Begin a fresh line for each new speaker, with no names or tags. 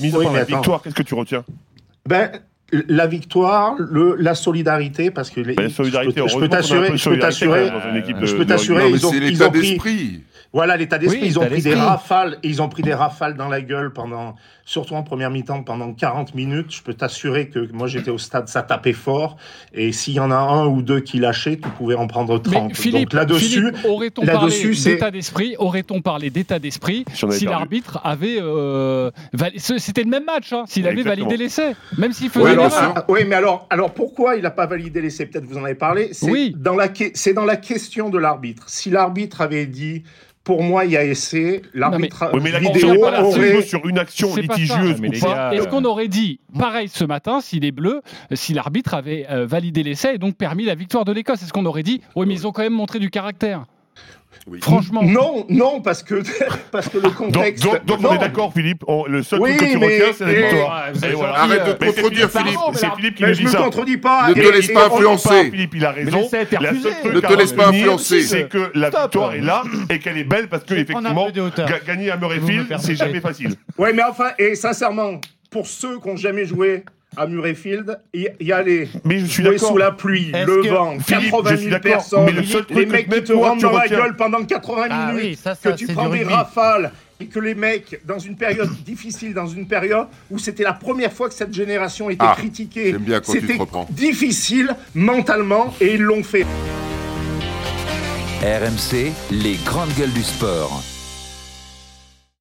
Mis à
Oui,
part
mais
la
attends.
victoire, qu'est-ce que tu retiens
Ben, la victoire, le, la solidarité, parce que les-
Bah, La solidarité,
je peux- je
heureusement
peux
qu'on a un peu
t'assurer,
de
je peux
solidarité quand
t'assurer,
même dans une équipe
je
de-
peux
de
t'assurer,
rugby.
mais
ils ont-
c'est
ils
l'état
ont pris-
d'esprit.
Voilà, l'état d'esprit,
Oui,
ils ont
l'état
pris des
d'esprit.
rafales, et ils ont pris des rafales dans la gueule pendant, surtout en première mi-temps, pendant 40 minutes. Je peux t'assurer que moi j'étais au stade, ça tapait fort, et s'il y en a un ou deux qui lâchaient, tu pouvais en prendre 30.
Mais Philippe,
Donc là-dessus,
Philippe, aurait-on
là-dessus,
parlé
c'est-
d'état d'esprit Aurait-on parlé d'état d'esprit
Si on avait
si
perdu.
l'arbitre avait euh, vali- ce- c'était le même match hein, s'il avait
Exactement.
validé l'essai, même s'il
Oui,
faisait
alors,
mais-
l'erreur.
l'erreur.
ah, oui, mais alors, alors pourquoi il n'a pas validé l'essai Peut-être vous en avez parlé. C'est
Oui.
dans la que- c'est dans la question de l'arbitre. Si l'arbitre avait dit pour moi il y a essai, l'arbitre
Oui, mais la
vidéo
vidéo
vidéo
on va là-dessus,
aurait.
sur une action
C'est pas ça.
litigieuse
Mais
ou
les
pas.
gars,
Est-ce
euh,
qu'on aurait dit pareil ce matin s'il est bleu, euh, si l'arbitre avait euh, validé l'essai et donc permis la victoire de l'Écosse Est-ce qu'on aurait dit oui mais ils ont quand même montré du caractère
Oui.
Franchement,
Non, non, parce que parce que le
Ah, Donc,
contexte.
donc- donc on
Non.
est d'accord, Philippe. on- le seul
Oui,
truc que tu
mais-
retiens, c'est la
mais-
victoire.
Ah, vous
Et
êtes
voilà.
gentil,
Arrête
euh,
de te
Mais c'est
contredire,
Philippe.
Philippe.
C'est Philippe qui
Mais
nous
je
dit
me
ça.
contredis pas.
Ne te
et-
laisse
et
pas
on-
influencer.
Pas Philippe, il a raison.
l'essai a été
La
refusé.
seule truc
Ne
à
te laisse pas
retenir,
influencer.
C'est que la
Stop.
victoire est là et qu'elle est belle parce que
Prendre un
effectivement,
peu de hauteur.
ga- gagner à
Vous me
Murrayfield,
permettez.
c'est jamais facile.
Ouais, mais enfin, et sincèrement, pour ceux qui n'ont jamais joué à Murrayfield, il y, y a les
Mais je suis
jouer
d'accord.
sous la pluie,
Est-ce
le
que-
vent,
Philippe,
80
je suis
000
d'accord,
personnes,
mais le seul truc
les
que
mecs qui
même
te
toi,
rendent
tu
dans la
retiens.
gueule pendant 80 minutes.
Ah oui, ça,
que
ça
tu
c'est du
prends des
rugby.
rafales et que les mecs, dans une période difficile, dans une période où c'était la première fois que cette génération était
Ah,
critiquée,
j'aime bien quand tu te
c'était
reprends.
difficile mentalement et ils l'ont fait.
RMC, les grandes gueules du sport.